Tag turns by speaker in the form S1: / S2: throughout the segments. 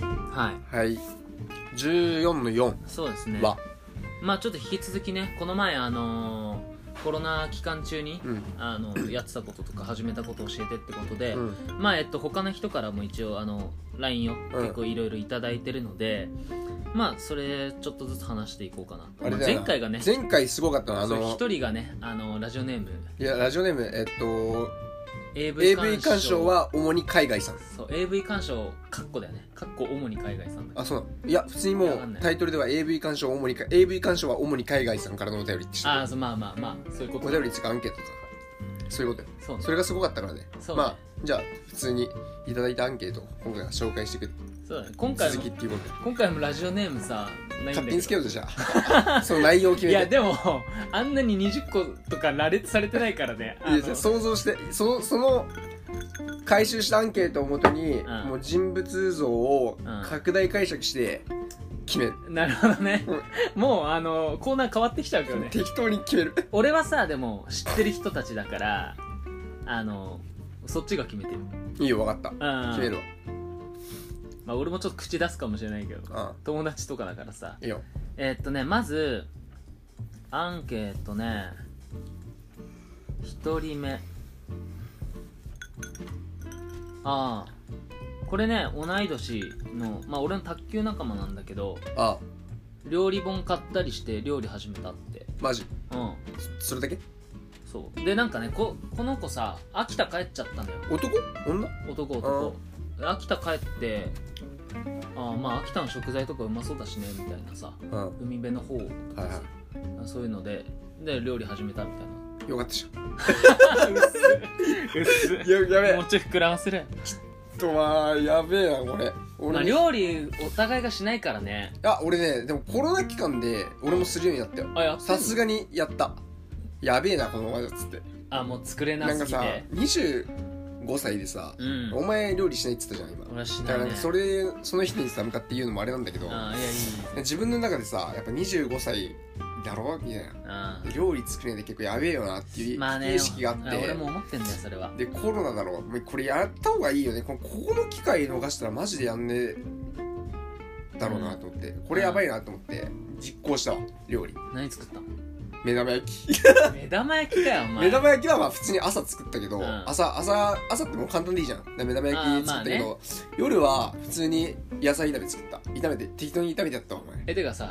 S1: はい14の4
S2: そうですね
S1: は、
S2: まあちょっと引き続きねこの前あのーコロナ期間中に、
S1: うん
S2: あのやってたこととか始めたことを教えてってことで、
S1: うん
S2: まあえっと他の人からも一応あの LINE を結構いろいろいただいてるので、まあそれちょっとずつ話していこうかな
S1: あれ
S2: まあ
S1: だよ
S2: 前
S1: な
S2: 回がね
S1: 前回すごかったのあ
S2: そう
S1: の
S2: 一人がねあのラジオネーム
S1: いやラジオネームえっと
S2: AV 鑑
S1: AV 鑑賞は主に海外さん
S2: そう AV 鑑賞カッコだよねカッコ主に海外さんだ
S1: あそうなのいや普通にも
S2: わかん
S1: う
S2: ない
S1: タイトルでは AV 鑑賞主にか AV 鑑賞は主に海外さんからのお便りって知ってる
S2: ああそうまあまあまあそういうこ
S1: お
S2: と
S1: 便りっていうかアンケートとかそういうことよ
S2: そうね
S1: それがすごかったからね
S2: そうね
S1: まあじゃあ普通にいただいたアンケートを今回は紹介していく
S2: そうだね今回
S1: 続
S2: も
S1: きっていうことで
S2: 今回もラジオネームさないんだ
S1: 勝
S2: け
S1: 手につけ
S2: ど
S1: ようとじゃあ その内容を決
S2: いや
S1: めて
S2: でもあんなに20個とか羅列されてないからねあ
S1: い
S2: の
S1: やじゃあ想像してそその回収したアンケートをもとに、
S2: ん
S1: もう人物像を
S2: うん
S1: 拡大解釈して決める、
S2: なるほどねもうあのコーナー変わってきちゃうけどね
S1: 適当に決める
S2: 俺はさでも知ってる人たちだからあのそっちが決めてる
S1: いいよ分かった
S2: うん
S1: 決めるわ
S2: まあ俺もちょっと口出すかもしれないけど
S1: あ
S2: 友達とかだからさ
S1: あいいよ
S2: えーっとねまずアンケートね1人目ああこれね同い年のまあ俺の卓球仲間なんだけど
S1: ああ
S2: 料理本買ったりして料理始めたって
S1: マジ
S2: うん
S1: それだけ
S2: そうでなんかねここの子さ秋田帰っちゃったんだよ
S1: 男女
S2: 男男秋田帰ってああまあ秋田の食材とかうまそうだしねみたいなさ
S1: うんは
S2: 海辺の方と
S1: い
S2: かさ
S1: は
S2: そういうのでで料理始めたみたいない
S1: よかったじ
S2: うっす
S1: ゃんややべえ
S2: もうちょい膨らませる、
S1: ちょっとまあやべえなこれ俺
S2: まあ、
S1: も
S2: 料理お互いがしないからね
S1: あ俺ねでもコロナ期間で俺もするようになったよ
S2: あやってんの
S1: さすがにやったやべえなこの技っつって
S2: あもう作れな
S1: なん
S2: す
S1: か
S2: ぎ
S1: さ
S2: て
S1: 25歳でさ、
S2: うん
S1: お前料理しないっつったじゃん今
S2: 俺はし
S1: だか
S2: な
S1: ら
S2: い
S1: なん
S2: ね
S1: かそれその人にさ向かって言うのもあれなんだけど
S2: あいやいい
S1: 自分の中でさやっぱ25歳だろみたい
S2: あ
S1: な料理作れないで結構やべえよなっていう
S2: まあね
S1: 意識があって、
S2: あ俺も思ってんだよそれは
S1: でコロナだろもうこれやった方がいいよねこのここの機会逃したらマジでやんねえだろうなと思って、これやばいなと思って実行したわ料理
S2: 何作った の
S1: 目玉焼き
S2: 目玉焼きだよお前
S1: 目玉焼きはまあ普通に朝作ったけど、
S2: うん
S1: 朝朝朝ってもう簡単でいいじゃんだから目玉焼き作ったけ
S2: あー
S1: ど、
S2: ま
S1: 夜は普通に野菜炒め作った炒めて適当に炒めてやったわお前
S2: えてかさ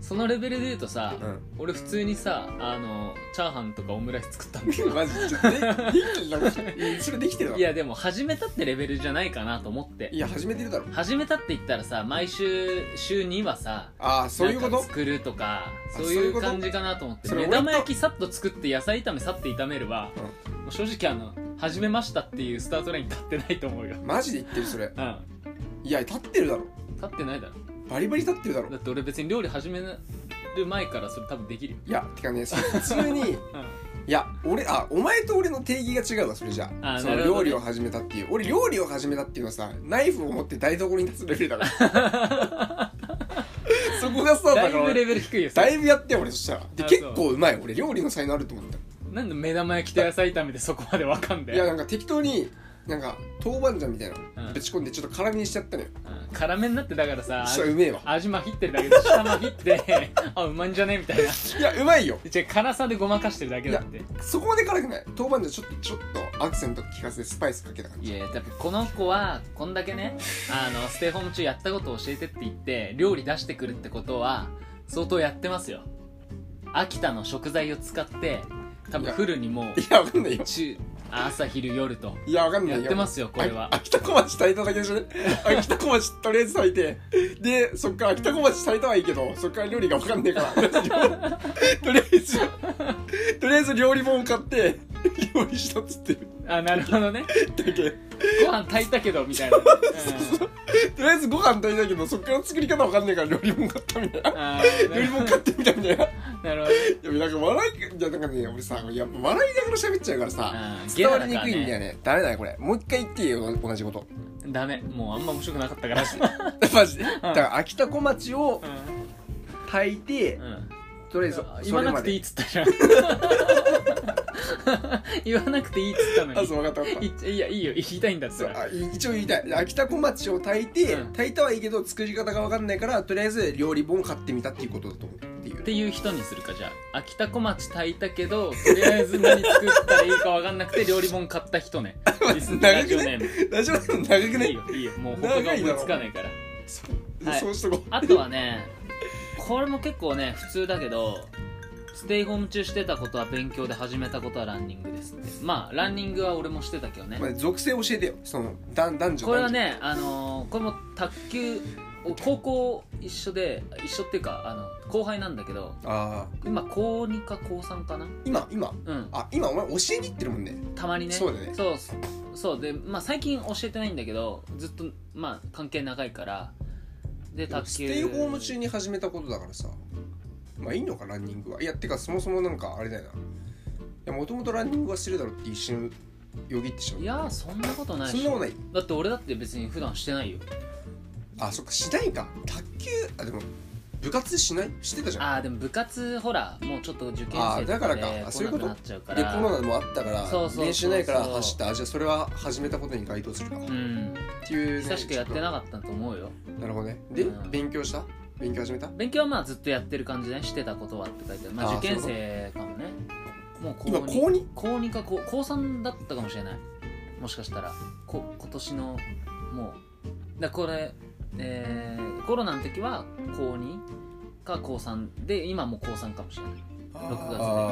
S2: そのレベルで言うとさ、
S1: う
S2: 俺普通にさあのチャーハンとかオムライス作ったん だけど
S1: マジちょっとでできてるだろそれできてるだろ
S2: いやでも始めたってレベルじゃないかなと思って
S1: いや始めてるだろ
S2: 始めたって言ったらさ毎週週2はさ
S1: ああそういう
S2: な
S1: こ
S2: ん
S1: と
S2: か作るとか
S1: あ
S2: そう
S1: そう
S2: い
S1: いうこ
S2: う
S1: と
S2: 感じかなと思って
S1: それ
S2: 目
S1: 俺と
S2: 玉焼きさっと作って野菜炒めさっと炒めれば、もう正直あの始めましたっていうスタートライン立ってないと思うよ
S1: マジで言ってるそれ
S2: うん
S1: いや立ってるだろ
S2: 立ってないだろ
S1: バリバリ立ってるだろ
S2: だって俺別に料理始める前からそれ多分できるよ
S1: いやてかねそれ普通に
S2: うん
S1: いや俺あお前と俺の定義が違うわそれじゃ
S2: あ
S1: その
S2: なるほど
S1: 料
S2: ね
S1: 理を始めたっていう俺料理を始めたっていうのはさナイフを持って台所に立つレベルだから そこがスタート
S2: だ
S1: だ
S2: い
S1: から
S2: ぶレ
S1: 俺
S2: ベル低いよそ
S1: だ
S2: れ
S1: いぶやってよ俺そしたらで
S2: あそう
S1: 結構うまい俺料理の才能あると思った
S2: なんで目玉焼きと野菜炒めでそこまでわかんだ
S1: いや
S2: よ、
S1: なんか適当になんか豆板醤みたいな
S2: うん
S1: ぶち込んでちょっと辛みにしちゃったのよ
S2: うん、辛めになってだからさ
S1: そしたらうめえわ
S2: 味まひってるだけで下まひって あうまいんじゃねみたいない
S1: やうまいよ
S2: 違う辛さでごまかしてるだけだってい
S1: そこまで辛くない豆板醤ちょっとちょっとアクセント効かせてスパイスかけた感じ
S2: やいやだってこの子はこんだけねあのステイホーム中やったことを教えてって言って料理出してくるってことは相当やってますよ秋田の食材を使って多分
S1: いや
S2: フルにもう
S1: いやわかんないよ
S2: 中朝昼夜と
S1: いやわかんない
S2: や
S1: よ
S2: ってますよこれは
S1: あ秋田小町炊いただけ でしょね秋田小町とりあえず炊いてでそっから秋田小町炊いたはいいけどそっから料理がわかんねえ からとりあえずとりあえず料理本買って料理したっつってる
S2: あなるほどね
S1: だけと
S2: ご飯炊いたけどみ たいな、うん
S1: りあえずご飯炊いたけどそっから作り方わかんねえから料理本買ったみたい な
S2: あー
S1: 料理本買ってみたみたいな
S2: なるほど
S1: いやなんか笑いいやなんかね俺さやっぱ笑いながら喋っちゃうからさ
S2: うん
S1: 伝わりにくいんだよねダメだよこれもう一回言ってよ同じこと
S2: ダメもうあんま面白くなかったから
S1: マジでだから秋田小町を炊いて
S2: うん、うん、
S1: とりあえず
S2: 言わなくていいっつったじゃん言わなくていいっつったのに
S1: あそう分かった分かっ
S2: いいやいいよ言いたいんだったた
S1: そう
S2: ら
S1: あい一応言いたい秋田小町を炊いて、
S2: うん
S1: 炊いたはいいけど作り方が分かんないからとりあえず料理本を買ってみたっていうことだと思うっていう
S2: っていう人にするかじゃあ秋田小町炊いたけどとりあえず何作ったらいいか分かんなくて料理本買った人 ねリスラジオネーム
S1: ラジオネーム長くね
S2: いいよいいよもう他が思いつかないから
S1: そう,、
S2: はい
S1: そうしとこう
S2: あとはねこれも結構ね普通だけどステイホーム中してたことは勉強で始めたことはランニングですってまあランニングは俺もしてたけどね
S1: まあ、属性教えてよその男男女
S2: これはねあのーこれも卓球高校一緒で一緒っていうかあの後輩なんだけど
S1: 男女ああ
S2: 今高2か高3かな
S1: 今今
S2: うん
S1: あ今お前教えに行ってるもんね
S2: たまにね
S1: そうだね
S2: そうそうで、まあ、最近教えてないんだけどずっとまあ関係長いからで卓球
S1: ステイホーム中に始めたことだからさまあいいのかランニングはいやてかそもそもなんかあれだよないやもともとランニングはしてるだろって一瞬よぎってしまう
S2: い
S1: い
S2: やーそんなことない
S1: そ
S2: で
S1: ん
S2: し
S1: なこ
S2: ょ
S1: とない
S2: だって俺だって別に普段してないよ
S1: あそっかしないか卓球あでも部活しないしてたじゃん
S2: ああでも部活ほらもうちょっと受験
S1: あ
S2: 生
S1: ー
S2: とか
S1: だから
S2: で
S1: かあ
S2: 来
S1: そう
S2: な
S1: いう
S2: く
S1: こと
S2: なっちゃうか
S1: で
S2: ら
S1: コロナもあったか
S2: そ
S1: ら
S2: うそうそうそう
S1: 練習ないから走ったあじゃあそれは始めたことに該当するか、
S2: う
S1: っ
S2: ん
S1: ていう、ね、
S2: 久しくやってな
S1: ち
S2: かったと思うよ
S1: ょっとなるほどねで、
S2: うん
S1: 勉強した勉強始めた
S2: 勉強はまあずっとやってる感じねしてたことはって書いてあるまあ
S1: あー
S2: 受験生かもねもう高
S1: 今
S2: 2
S1: 高二
S2: 高2か高高3だったかもしれないもしかしたらこ今年のもうだこれ、えーコロナの時は高2か高3で今もう高3かもしれない
S1: あ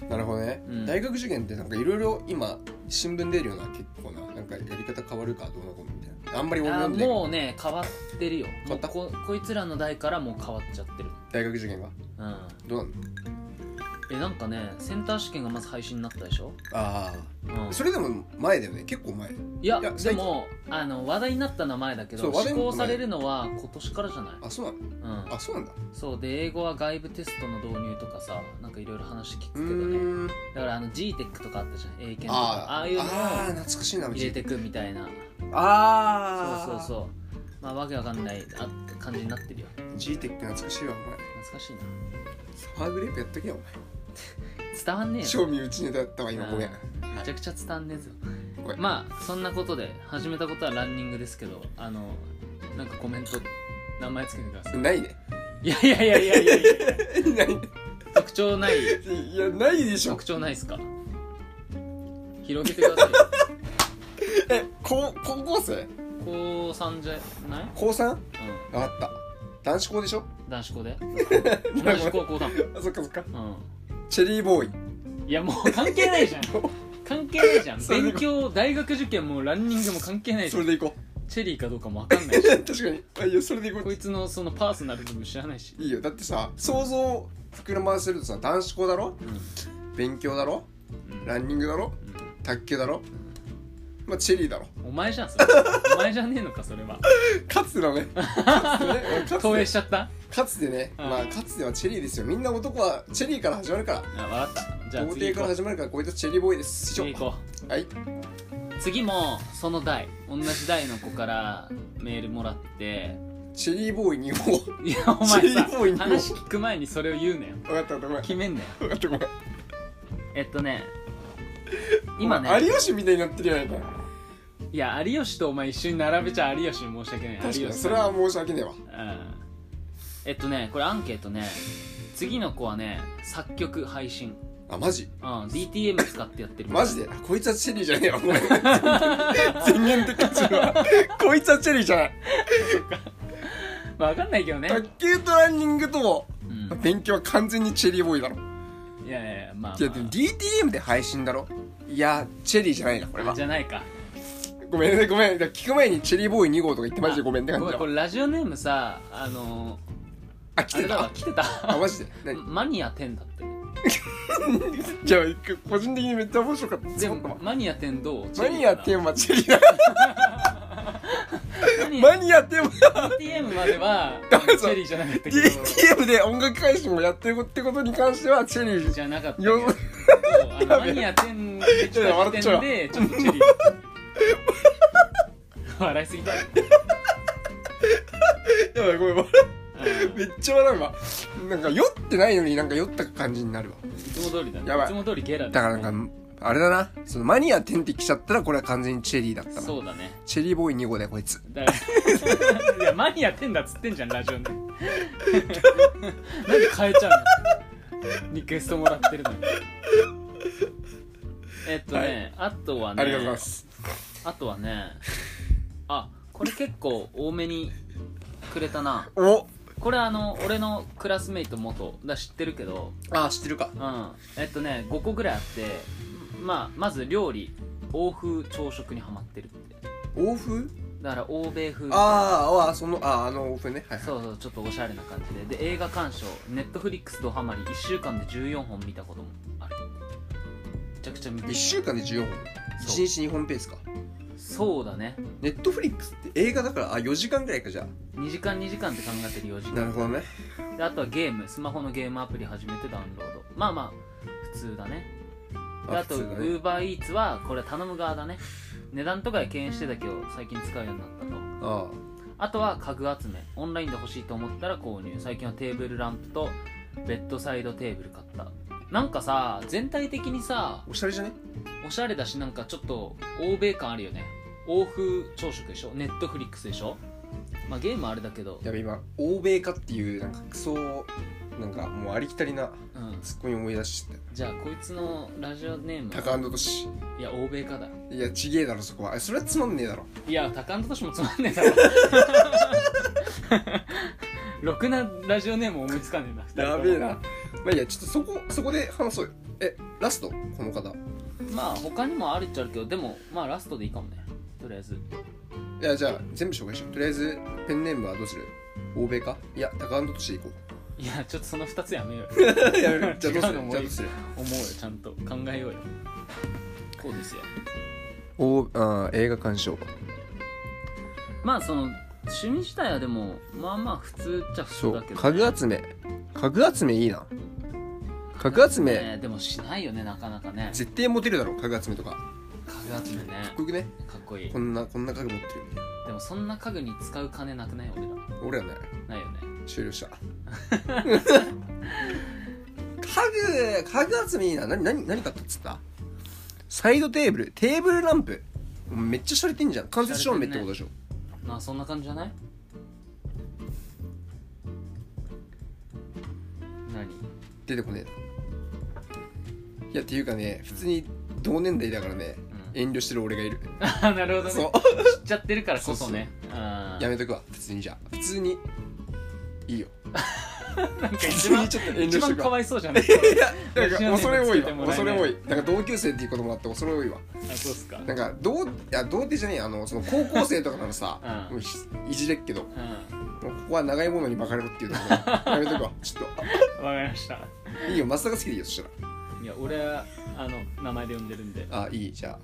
S1: ーなるほどね、
S2: うん
S1: 大学受験ってなんかいろいろ今新聞出るような結構ななんかやり方変わるかどうなこうのみたいなあんまり俺
S2: あ
S1: なん
S2: ー
S1: で
S2: もうね変わってるよも
S1: 変わ
S2: う
S1: った
S2: ここいつらの代からもう変わっちゃってる
S1: 大学受験は
S2: うん
S1: どうなの
S2: えなんかねセンター試験がまず廃止になったでしょ、
S1: あ
S2: うん
S1: あそれでも前だよね結構前
S2: いや
S1: いや
S2: で
S1: 最近
S2: もあの話題になったのは前だけ
S1: そ
S2: ど
S1: う話
S2: 施
S1: 題に
S2: 行されるのは今年からじゃない
S1: あそうなの
S2: うん
S1: あそうなんだ
S2: そうで英語は外部テストの導入とかさなんかいろいろ話聞く
S1: う
S2: けどね
S1: ーん
S2: だからあの GTEC とかあったじゃん英検とかあ
S1: あー
S2: あいうのを
S1: あー懐かしいな
S2: 入れてくみたいな
S1: あ
S2: そうそう
S1: う
S2: そうまあわけわかんないあ感じになってるよ
S1: GTEC 懐かしいわお前
S2: 懐かしいな
S1: サワーグレープやっとけよお
S2: 伝わんねえ
S1: 前
S2: よ
S1: 賞味うちにだったわ今
S2: うん
S1: ごめん
S2: めちゃくちゃ伝わんねえぞ
S1: ごめん
S2: まあそんなことで始めたことはランニングですけどあのなんかコメント名前つけてください
S1: ないね
S2: いやいやいやいやいやいや
S1: ない
S2: 特徴 ない
S1: ねいやないで しょ
S2: 特徴ないですか広げてくだ さいよ
S1: え高高校生
S2: 高3じゃない、
S1: 高 3?
S2: う
S1: 分かった男子校でしょ
S2: ん、男子 校で
S1: ん
S2: 同じ高校だもん、
S1: あそっかそっか
S2: う
S1: チェリーボーイ
S2: ん、いやもう関係ないじ ゃん関係ないじゃん
S1: それで
S2: 勉強大学受験もランニングも関係ないじ
S1: そ
S2: ゃん
S1: れでいこう
S2: チェリーかどうかも分かんないし
S1: 確かにあいやそれでいこ
S2: こ
S1: う
S2: いつのそのパーソナル部分知らないし、
S1: いいよだってさ想像を膨らませるとさ男子校だろ
S2: うん
S1: 勉強だろ
S2: うん
S1: ランニングだろ
S2: う
S1: 卓球だろまあチェリーだろ
S2: んお前じゃんそれお前じゃねえのかそれは
S1: かつてだねかつてね かつ
S2: 投
S1: て
S2: 影しちゃった
S1: かつてね、
S2: うん
S1: まあかつてはチェリーですよみんな男はチェリーから始まるから
S2: あ分かったじゃあ
S1: 童
S2: 次
S1: 貞
S2: 行
S1: か
S2: こ
S1: ら
S2: う
S1: 始まるからこういったチェリーボーイです
S2: 次
S1: 以
S2: 行
S1: 上
S2: こ
S1: はいう
S2: 次もその代同じ代の子からメールもらって
S1: チェリーボーイ2号
S2: いやお前
S1: チェリ
S2: さ
S1: ーボーイにも
S2: 話聞く前にそれを言うなよ
S1: 分かった分かった
S2: 決めんなよ
S1: ごめん分かったごめん
S2: えっとね今ね
S1: 有吉みたいになってるやないか
S2: いや有吉とお前一緒に並べちゃ有吉に申し訳ない
S1: 確
S2: 有
S1: か
S2: 吉
S1: に
S2: さん
S1: それは申し訳ねえわ
S2: うんえっとねこれアンケートね次の子はね作曲配信、
S1: あマジ
S2: うん、DTM 使ってやってる
S1: マジであこいつはチェリーじゃねえわお前全然的に違うわこいつはチェリーじゃない
S2: 分かんないけどね、
S1: 卓球とランニングと
S2: うん、
S1: 勉強は完全にチェリーボーイだろ
S2: いやいやいやまあ、
S1: いやでも DTM で配信だろいやチェリーじゃないなこれ
S2: まあ、
S1: は
S2: じゃないか
S1: ごめんねごめんだから聞く前にチェリーボーイ2号とか言ってマジでごめんって
S2: ご
S1: 感
S2: め
S1: じ
S2: ん
S1: だ
S2: こ
S1: わ
S2: れラジオネームさあの
S1: あ来
S2: ー、あれ
S1: て
S2: だわ
S1: た
S2: 来てた
S1: あマジで何
S2: マニア10だって
S1: じゃあ個人的にめっちゃ面白かった
S2: で
S1: ちょっと
S2: も
S1: 待
S2: マニア10どう
S1: ってマニアテーマチェリーだ
S2: マニア
S1: マニアテーマ
S2: DTM まではチ
S1: ダメだ
S2: ェリーじゃなかったけど
S1: DTM で音楽配信もやってるってことに関してはチェリー
S2: じゃなかったけど
S1: よ
S2: あのマニア10で来た時点でちょっとチェリー笑いすぎた
S1: やばいごめん
S2: うん
S1: めっちゃ笑うわなんか酔ってないのになんか酔った感じになるわ
S2: つも通りだね
S1: やばい
S2: いつも通りゲラ
S1: だからなんかあれだなそのマニア天敵来ちゃったらこれは完全にチェリーだったな
S2: そうだね
S1: チェリーボーイ2号だよこいつ
S2: だから いやマニアってんだっつってんじゃんラジオでなんで変えちゃうのリクエストもらってるのにえっとね、あとはね
S1: ありがとうございます
S2: あとはねあこれ結構多めにくれたな
S1: お
S2: これあの俺のクラスメイト元だ知ってるけど
S1: あー知ってるか
S2: うんえっとね5個ぐらいあってまあまず料理欧風朝食にはまってるって
S1: 欧風
S2: だから欧米風
S1: あーあーそのあーあの欧風ねはいはい
S2: そうそうちょっとおしゃれな感じでで映画鑑賞ネットフリックスドハマり1週間で14本見たこともあるめちゃくちゃ見て
S1: 1
S2: る
S1: 週間で14本
S2: そう
S1: 1日2本ペースか
S2: そうだね
S1: ネットフリックスって映画だからあ4時間ぐらいかじゃ
S2: 2時間2時間って考えてる4時
S1: あなる
S2: 間
S1: ほどね
S2: であとはゲームスマホのゲームアプリ始めてダウンロードまあまあ普通だねであとウ
S1: 普通だね
S2: ーバーイーツはこれ頼む側だね値段とかで敬遠してたけど最近使うようになったと
S1: あ
S2: あとは家具集めオンラインで欲しいと思ったら購入最近はテーブルランプとベッドサイドテーブル買ったなんかさ全体的にさ
S1: ーおしゃれじゃね
S2: おしゃれだしなんかちょっと欧米感あるよね欧風朝食でしょネットフリックスでしょまあゲームはあれだけど
S1: やべ今欧米化っていうなんかクソなんかもうありきたりな
S2: うん
S1: ツッコミ思い出して
S2: じゃあこいつのラジオネーム
S1: タカアンドトシ
S2: いや欧米かだ
S1: いやちげえだろそこはあそれはつまんねえだろ
S2: いやタカアンドトシもつまんねえ だろろくなラジオネーム思いつかねえな
S1: やべえなまあいいやちょっとそこそこで話そうよえラストこの方
S2: まあ他にもあるっちゃあるけどでもまあラストでいいかもねとりあえず
S1: いやじゃあ全部紹介しようとりあえずペンネームはどうする欧米かいやタカアンドトシでいこう
S2: いやちょっとその2つやめようよ
S1: やめろじゃあど
S2: 違
S1: うす
S2: うの
S1: る
S2: も
S1: じゃ
S2: い
S1: あど
S2: いう
S1: する
S2: 思うよちゃんと考えようよこうですよ
S1: おあー映画鑑賞
S2: まあその趣味自体はでもまあまあ普通っちゃ普
S1: そ
S2: 通だ
S1: う
S2: けど、ね、
S1: 家具集め家具集めいいな家具集め
S2: ねでもしないよねなかなかね
S1: 絶対モテるだろ家具集めとかか
S2: 家具集めね
S1: っこよくね
S2: かっこいい
S1: こんなこんな家具持ってるよね
S2: でもそんな家具に使う金なくない俺ら
S1: 俺らね
S2: ないよね
S1: 終了した 家具家具集めいいな何何何買ったっつったサイドテーブルテーブルランプめっちゃ洒落てんじゃん間接照明ってことでしょ、
S2: まあそんな感じじゃない何
S1: 出てこねえないやっていうかね普通に同年代だからね
S2: うん
S1: 遠慮してる俺 がいる
S2: あなるほど
S1: そ
S2: ね
S1: う
S2: 知っちゃってるからこそねあー
S1: やめとくわ普通にじゃあ普通にいいよ
S2: なんか
S1: 普
S2: 一
S1: 通
S2: 番
S1: にちょっと 遠慮
S2: 一
S1: しと
S2: 番
S1: く
S2: か
S1: わ
S2: わいそうじゃ ない
S1: なんか恐れ多
S2: ラジオネーム
S1: いわ
S2: つけてもらえない
S1: 恐れ多いなんか同級生っていうこともあって恐れ多いわ
S2: あそうっすか
S1: なんかどういや童貞じゃねえよあのその高校生とかならさ
S2: 、うん
S1: もうひいじれっけども
S2: うん
S1: うここは長いものに巻かれろっていうのは やめとくわちょっ
S2: わかりました
S1: といいよ松坂好きでいいよそした
S2: いや俺はあの名前で呼んでるんで
S1: らあいいじゃ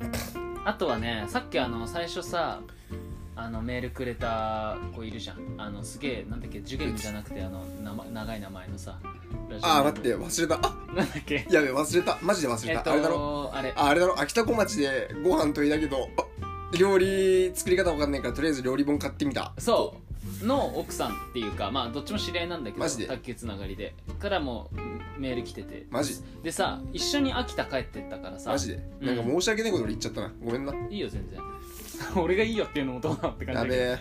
S2: うんあとはねさっきあの最初さあのメールくれた子いるじゃんあのすげえなんだっけジュゲムじゃなくてあの名前長い名前のさラジオネーム
S1: ああー待って忘れたあ
S2: なんだっけ
S1: やべ忘れたマジで忘れ
S2: え
S1: た、
S2: っと
S1: あれだろ
S2: あれ
S1: ああれだろ秋田小町でご飯といだけどあ料理作り方わかんないからとりあえず料理本買ってみた
S2: そうの奥さんっていうかまあどっちも知り合いなんだけど
S1: マジで
S2: 卓球つながりでからもうメール来てて
S1: マジ
S2: でさ一緒に秋田帰ってったからさ
S1: マジで、
S2: うん
S1: なんか申し訳ないこと俺言っちゃったなごめんない
S2: いよ全然 俺がいいよっていうのもどうなのって感じ
S1: や
S2: だけど
S1: べえ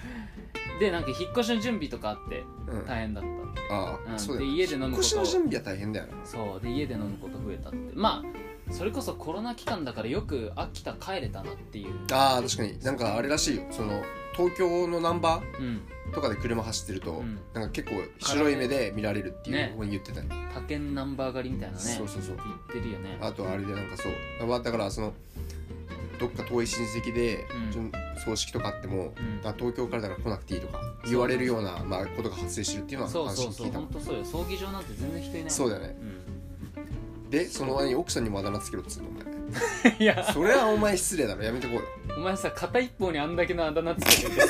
S2: でなんか引っ越しの準備とかあって
S1: うんあ
S2: 大変だった
S1: あ
S2: うん
S1: そうだ
S2: で
S1: よ
S2: 家で飲む
S1: 引っ
S2: こと
S1: 越しの準備は大変だよな
S2: そうで家で飲むこと増えたってまあそれこそコロナ期間だからよく秋田帰れたなっていう
S1: ああ確かになんかあれらしいよその東京のナンバ
S2: うん
S1: ーとかで車走ってると、
S2: うん
S1: なんか結構白い目で見られるってい
S2: ね
S1: うふうに言ってたよ、
S2: 他県ナンバー狩りみたいなね
S1: そうそうそう
S2: 言ってるよね
S1: あとあれでなんかそうだからだからそのどっか遠い親戚で、
S2: うん
S1: 葬式とかあっても、
S2: うん
S1: だから東京からだから来なくていいとか言われるようなまあ、ことが発生してるっていうのは
S2: そう
S1: 話
S2: そう
S1: に
S2: そ
S1: 聞
S2: う
S1: いた
S2: 本当そうよ葬儀場なんて全然人いない
S1: そううだよね
S2: ん
S1: でその間に奥さんにもあだ名つけろっつうのお前
S2: いや
S1: それはお前失礼だろやめてこうよ
S2: お前さ片一方にあんだけのあだ名つけ ててさ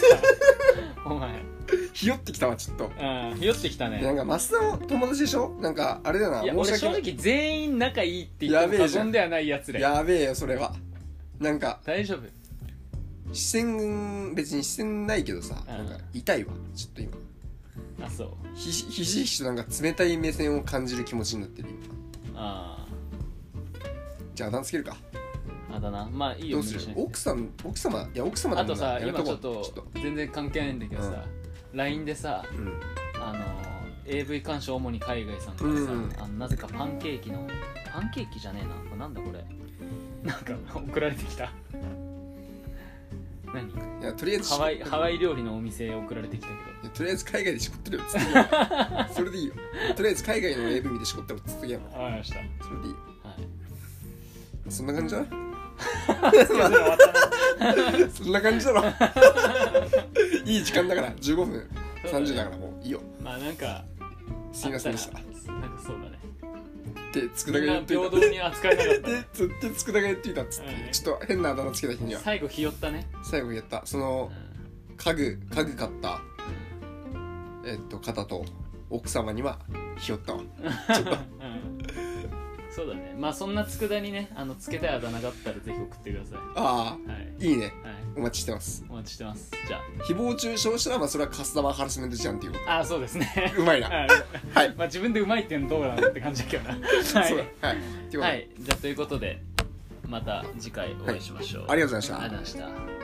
S2: お前
S1: ひよってきたわちょっと
S2: うんひよってきた
S1: な
S2: ね
S1: んか増田の友達でしょなんかあれだよない
S2: や
S1: 申
S2: 俺
S1: し
S2: 正
S1: 訳ない
S2: 直全員仲いいって言って
S1: やべ
S2: も
S1: えじゃ
S2: 過
S1: ん
S2: 言ではないやつらよ
S1: やべえよそれはなんか
S2: 大丈夫
S1: 視線別に視線ないけどさ、
S2: うん
S1: なんか痛いわちょっと今
S2: あそう
S1: ひしひしひしとなんか冷たい目線を感じる気持ちになってる今
S2: あ
S1: じゃああだ名つけるか
S2: ああだなまあいいよ
S1: どうする
S2: 無理しなくて
S1: 奥さん奥様いや奥様だ
S2: あ
S1: も
S2: と
S1: んな
S2: さ
S1: やめ
S2: 今ちょ
S1: こ
S2: っ
S1: う
S2: と全然関係ないんだけどさ、LINE でさ
S1: うん
S2: あの AV 鑑賞主に海外さんからさ、
S1: うん
S2: あのなぜかパンケーキのパンケーキじゃねえなこれなんだこれなんか送られてきた何
S1: いやとりあえず
S2: ハワイ
S1: しこ
S2: ハワイ料理のお店送られてきたけ
S1: いやとりあえず海外でしこっ てるよつってけよそれでいいよとりあえず海外の AV 見てしこったらつってけよ
S2: どわかりましたはい
S1: それでいいそんな感 じだ
S2: 終わったな
S1: そんな感じだ ろいい時間だから15分30だからもういいよ
S2: まあなんか
S1: すいませんでした
S2: あったらなんかそうだね
S1: でつく
S2: み
S1: だ
S2: ん
S1: が
S2: な
S1: 言っと
S2: 平
S1: い
S2: 等に扱えなかった
S1: たでつってつくだが言っといたっつって、
S2: うん
S1: ちょっと変なあだ名つけた日には
S2: 最後ひよったね、
S1: 最後やったその
S2: う
S1: 家具家具買った
S2: ん
S1: えっと方と奥様にはひよったわ
S2: うんそうだねまあそんな佃煮ねあのつけたいあだ名があったらぜひ送ってください
S1: あ
S2: はい
S1: あいいね
S2: はい
S1: お待ちしてます
S2: お待ちしてますじゃ
S1: 誹謗中傷したらまあそれはカスタマーハラスメントじゃんっていうこ
S2: ああそうですね
S1: とうまいな
S2: はい
S1: はい
S2: まあ自分でうまいっていうのどうなのって感じだけどなは
S1: そう
S2: い、
S1: だはいっていうことで
S2: はい、じゃあということでまた次回お会いしましょう、
S1: ありがとうござい
S2: あ
S1: ました
S2: りがとうございました